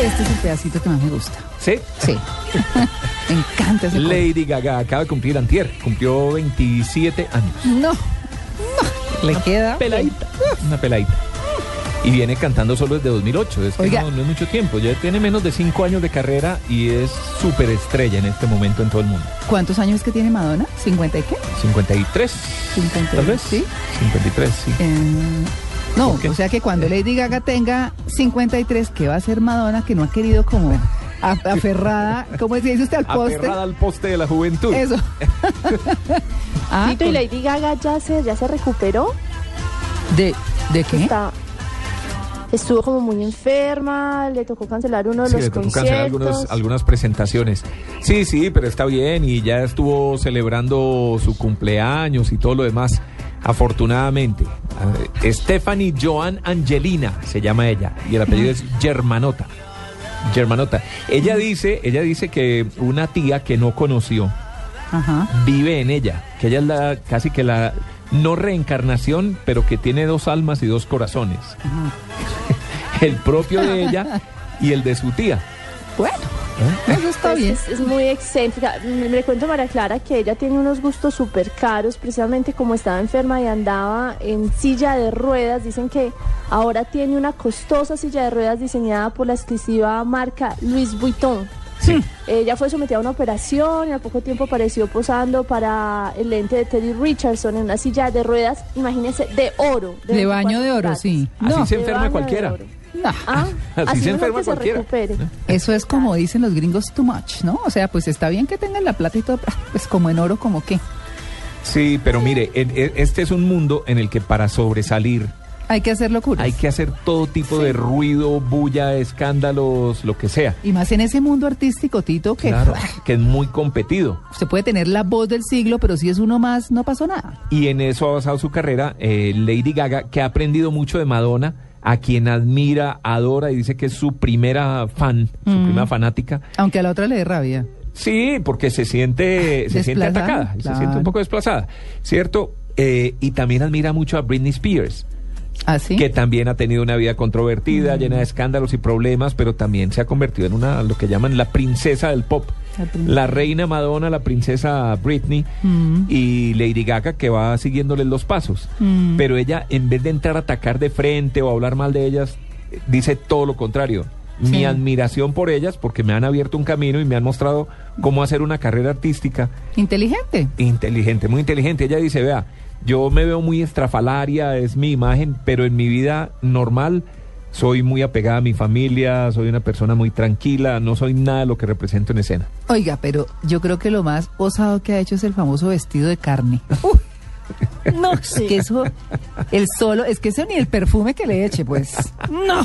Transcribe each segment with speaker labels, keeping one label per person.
Speaker 1: Este es el pedacito que más me gusta.
Speaker 2: Sí.
Speaker 1: Sí. me encanta ese coro.
Speaker 2: Lady Gaga acaba de cumplir antier. Cumplió 27 años.
Speaker 1: No. No. Le queda.
Speaker 2: Peladita. Una peladita. Y viene cantando solo desde 2008. Es que
Speaker 1: Oiga.
Speaker 2: no, no es mucho tiempo. Ya tiene menos de 5 años de carrera y es súper estrella en este momento en todo el mundo.
Speaker 1: ¿Cuántos años es que tiene Madonna? ¿50 y qué?
Speaker 2: 53.
Speaker 1: 53,
Speaker 2: tal vez.
Speaker 1: sí.
Speaker 2: 53, sí.
Speaker 1: Eh, no,
Speaker 2: ¿Por qué?
Speaker 1: o sea que cuando Lady Gaga tenga 53, ¿qué va a hacer Madonna que no ha querido como a- aferrada, ¿cómo se dice usted al poste?
Speaker 2: Aferrada al poste de la juventud.
Speaker 1: Eso. Ah,
Speaker 3: Tito y
Speaker 1: con-
Speaker 3: Lady Gaga ya se, ya se recuperó.
Speaker 1: ¿De, de
Speaker 2: ¿Eh?
Speaker 1: qué?
Speaker 3: Está, estuvo como muy enferma, le tocó cancelar uno de
Speaker 2: Sí,
Speaker 3: los
Speaker 2: le tocó cancelar
Speaker 3: conciertos.
Speaker 2: algunos- algunas presentaciones. Sí, sí, pero está bien y ya estuvo celebrando su cumpleaños y todo lo demás, afortunadamente. Ah, Stephanie Joan Angelina se llama ella y el apellido es Germanota. Germanota. Ella dice, ella dice que una tía que no conoció
Speaker 1: Ajá.
Speaker 2: vive en ella, que ella es la casi que la no reencarnación, pero que tiene dos almas y dos corazones. el propio de ella y el de su tía.
Speaker 1: Bueno,
Speaker 2: ¿Eh?
Speaker 1: eso está
Speaker 3: Pues
Speaker 1: bien.
Speaker 3: es, es muy excéntrica. Me, me cuento María Clara que ella tiene unos gustos súper caros, precisamente como estaba enferma y andaba en silla de ruedas. Dicen que ahora tiene una costosa silla de ruedas diseñada por la exclusiva marca Louis Vuitton.
Speaker 1: Mm.
Speaker 2: Sí.
Speaker 3: Ella fue sometida a una operación y al poco tiempo apareció posando para el lente de Teddy Richardson en una silla de ruedas, imagínense, de oro.
Speaker 1: De baño de
Speaker 3: 24
Speaker 1: oro,
Speaker 3: quilates.
Speaker 1: sí.
Speaker 2: Así
Speaker 1: No,
Speaker 2: se
Speaker 3: De
Speaker 2: enferma
Speaker 3: baño de
Speaker 2: cualquiera.
Speaker 3: oro.
Speaker 1: no.
Speaker 3: Ah,
Speaker 2: Así se
Speaker 3: así, mejor
Speaker 2: enferma
Speaker 3: que se
Speaker 2: cualquiera.
Speaker 3: recupere.
Speaker 1: Eso es como dicen los gringos, too much, ¿no? O sea, pues está bien que tengan la plata y todo, pero, pues como en oro, como qué.
Speaker 2: Sí, pero mire, en- en- este es un mundo en el que para sobresalir
Speaker 1: Hay que hacer locuras.
Speaker 2: hay que hacer todo tipo de ruido, bulla, escándalos, lo que sea.
Speaker 1: Y más en ese mundo artístico, Tito, que
Speaker 2: Claro, que es muy competido.
Speaker 1: se puede tener la voz del siglo, pero si es uno más, no pasó nada.
Speaker 2: Y en eso ha basado su carrera eh, Lady Gaga, que ha aprendido mucho de Madonna, a quien admira, adora y dice que es su primera fan, su
Speaker 1: Mm.
Speaker 2: primera fanática.
Speaker 1: Aunque a la otra le dé rabia.
Speaker 2: Sí, porque se siente, se siente
Speaker 1: Ah, Desplazada,
Speaker 2: atacada, se
Speaker 1: claro.
Speaker 2: siente un poco desplazada, ¿cierto? Eh, y también admira mucho a Britney Spears.
Speaker 1: Así.
Speaker 2: que también ha tenido una vida controvertida,
Speaker 1: Mm.
Speaker 2: llena de escándalos y problemas, pero también se ha convertido en una lo que llaman la princesa del pop.
Speaker 1: La princesa.
Speaker 2: La reina Madonna, la princesa Britney
Speaker 1: Mm.
Speaker 2: y Lady Gaga que va siguiéndole los pasos.
Speaker 1: Mm.
Speaker 2: Pero ella, en vez de entrar a atacar de frente o hablar mal de ellas, eh, dice todo lo contrario. Mi
Speaker 1: Sí.
Speaker 2: admiración por ellas porque me han abierto un camino y me han mostrado cómo hacer una carrera artística
Speaker 1: Inteligente.
Speaker 2: inteligente, muy inteligente. Ella dice, vea, yo me veo muy estrafalaria, es mi imagen, pero en mi vida normal soy muy apegada a mi familia, soy una persona muy tranquila, no soy nada de lo que represento en escena.
Speaker 1: Oiga, pero yo creo que lo más osado que ha hecho es el famoso vestido de carne.
Speaker 3: Ah, No,
Speaker 1: Es Que eso, el solo, es que eso ni el perfume que le eche, pues. No.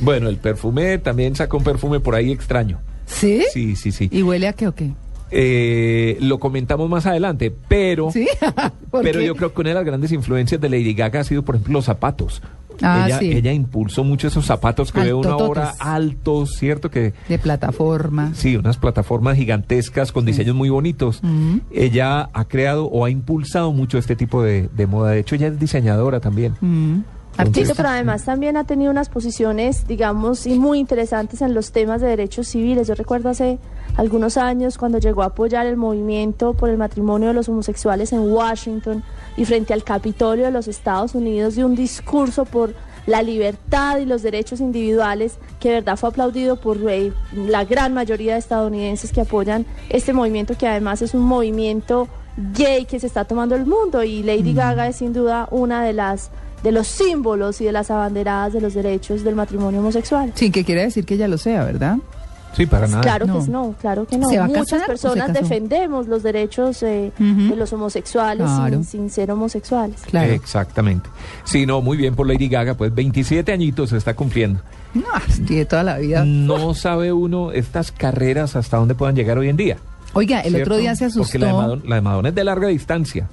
Speaker 2: Bueno, el perfume, también sacó un perfume por ahí extraño.
Speaker 1: ¿Sí?
Speaker 2: Sí, sí, sí.
Speaker 1: ¿Y huele a qué o qué?
Speaker 2: Eh, lo comentamos más adelante, pero...
Speaker 1: ¿Sí? ¿Por
Speaker 2: Pero
Speaker 1: qué?
Speaker 2: yo creo que una de las grandes influencias de Lady Gaga ha sido, por ejemplo, los zapatos.
Speaker 1: Ah,
Speaker 2: ella,
Speaker 1: sí.
Speaker 2: ella impulsó mucho esos zapatos que veo una
Speaker 1: Altototes.
Speaker 2: hora altos, ¿cierto? Que,
Speaker 1: De plataforma.
Speaker 2: Sí, unas plataformas gigantescas con diseños muy bonitos.
Speaker 1: Ujú.
Speaker 2: Ella ha creado o ha impulsado mucho este tipo de, de moda. De hecho, ella es diseñadora también.
Speaker 1: Mm.
Speaker 3: Artista, pero además también ha tenido unas posiciones, digamos, y muy interesantes en los temas de derechos civiles. Yo recuerdo hace algunos años cuando llegó a apoyar el movimiento por el matrimonio de los homosexuales en Washington y frente al Capitolio de los Estados Unidos de un discurso por la libertad y los derechos individuales, que de verdad fue aplaudido por eh, la gran mayoría de estadounidenses que apoyan este movimiento, que además es un movimiento gay que se está tomando el mundo y Lady Gaga es sin duda una de las de los símbolos y de las abanderadas de los derechos del matrimonio homosexual.
Speaker 1: Sin que quiera decir que ella lo sea, ¿verdad?
Speaker 2: Sí, para nada.
Speaker 3: Claro
Speaker 1: No.
Speaker 3: que no, claro que no.
Speaker 1: ¿Se va a
Speaker 3: Muchas
Speaker 1: casar o se
Speaker 3: personas
Speaker 1: casó?
Speaker 3: defendemos los derechos eh,
Speaker 1: Ujú.
Speaker 3: de los homosexuales sin-
Speaker 1: Claro.
Speaker 3: sin, ser homosexuales.
Speaker 1: Claro.
Speaker 2: Eh, Exactamente. Sí, no, muy bien por Lady Gaga, pues 27 añitos se está cumpliendo.
Speaker 1: No, tiene toda la
Speaker 2: Mm,
Speaker 1: vida.
Speaker 2: No sabe uno estas carreras hasta dónde puedan llegar hoy en día.
Speaker 1: Oiga, el otro
Speaker 2: ¿cierto?
Speaker 1: día se asustó.
Speaker 2: Porque la de Madonna, la de Madonna es de larga distancia.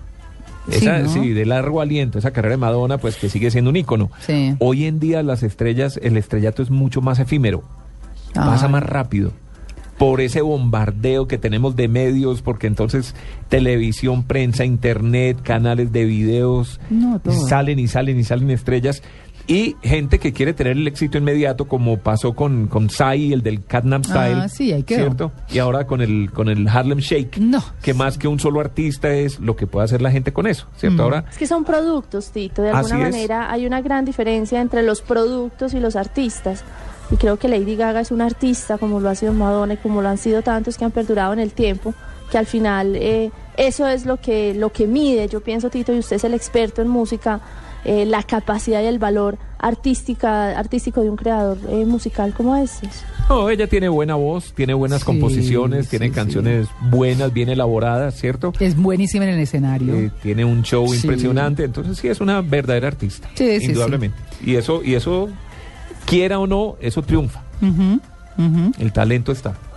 Speaker 1: Sí,
Speaker 2: Esa,
Speaker 1: ¿no?
Speaker 2: sí, de largo aliento, esa carrera de Madonna, pues que sigue siendo un ícono.
Speaker 1: Sí.
Speaker 2: Hoy en día las estrellas, el estrellato es mucho más efímero,
Speaker 1: Ah.
Speaker 2: pasa más rápido. Por ese bombardeo que tenemos de medios, porque entonces televisión, prensa, internet, canales de videos,
Speaker 1: No, todo.
Speaker 2: salen y salen y salen estrellas. Y gente que quiere tener el éxito inmediato, como pasó con, con Psy, el del Catnap Style.
Speaker 1: Ah, sí, ahí quedó.
Speaker 2: ¿Cierto? Y ahora con el, con el Harlem Shake.
Speaker 1: No.
Speaker 2: Que más que un solo artista es lo que puede hacer la gente con eso,
Speaker 1: Mm.
Speaker 2: ¿cierto? Ahora,
Speaker 3: Es que son productos, Tito. De
Speaker 2: Así
Speaker 3: alguna
Speaker 2: es.
Speaker 3: manera hay una gran diferencia entre los productos y los artistas. Y creo que Lady Gaga es una artista, como lo ha sido Madonna y como lo han sido tantos que han perdurado en el tiempo, que al final eh, eso es lo que, lo que mide. Yo pienso, Tito, y usted es el experto en música, eh, la capacidad y el valor artística, artístico de un creador eh, musical como ese.
Speaker 2: no, ella tiene buena voz, tiene buenas
Speaker 1: Sí,
Speaker 2: composiciones, tiene
Speaker 1: sí, sí.
Speaker 2: canciones buenas, bien elaboradas, ¿cierto?
Speaker 1: Es buenísima en el escenario.
Speaker 2: Eh, tiene un show
Speaker 1: Sí.
Speaker 2: impresionante, entonces sí es una verdadera artista,
Speaker 1: Sí, sí, sí.
Speaker 2: indudablemente. Y eso, y eso, quiera o no, eso triunfa.
Speaker 1: Ujú, ujú.
Speaker 2: El talento está.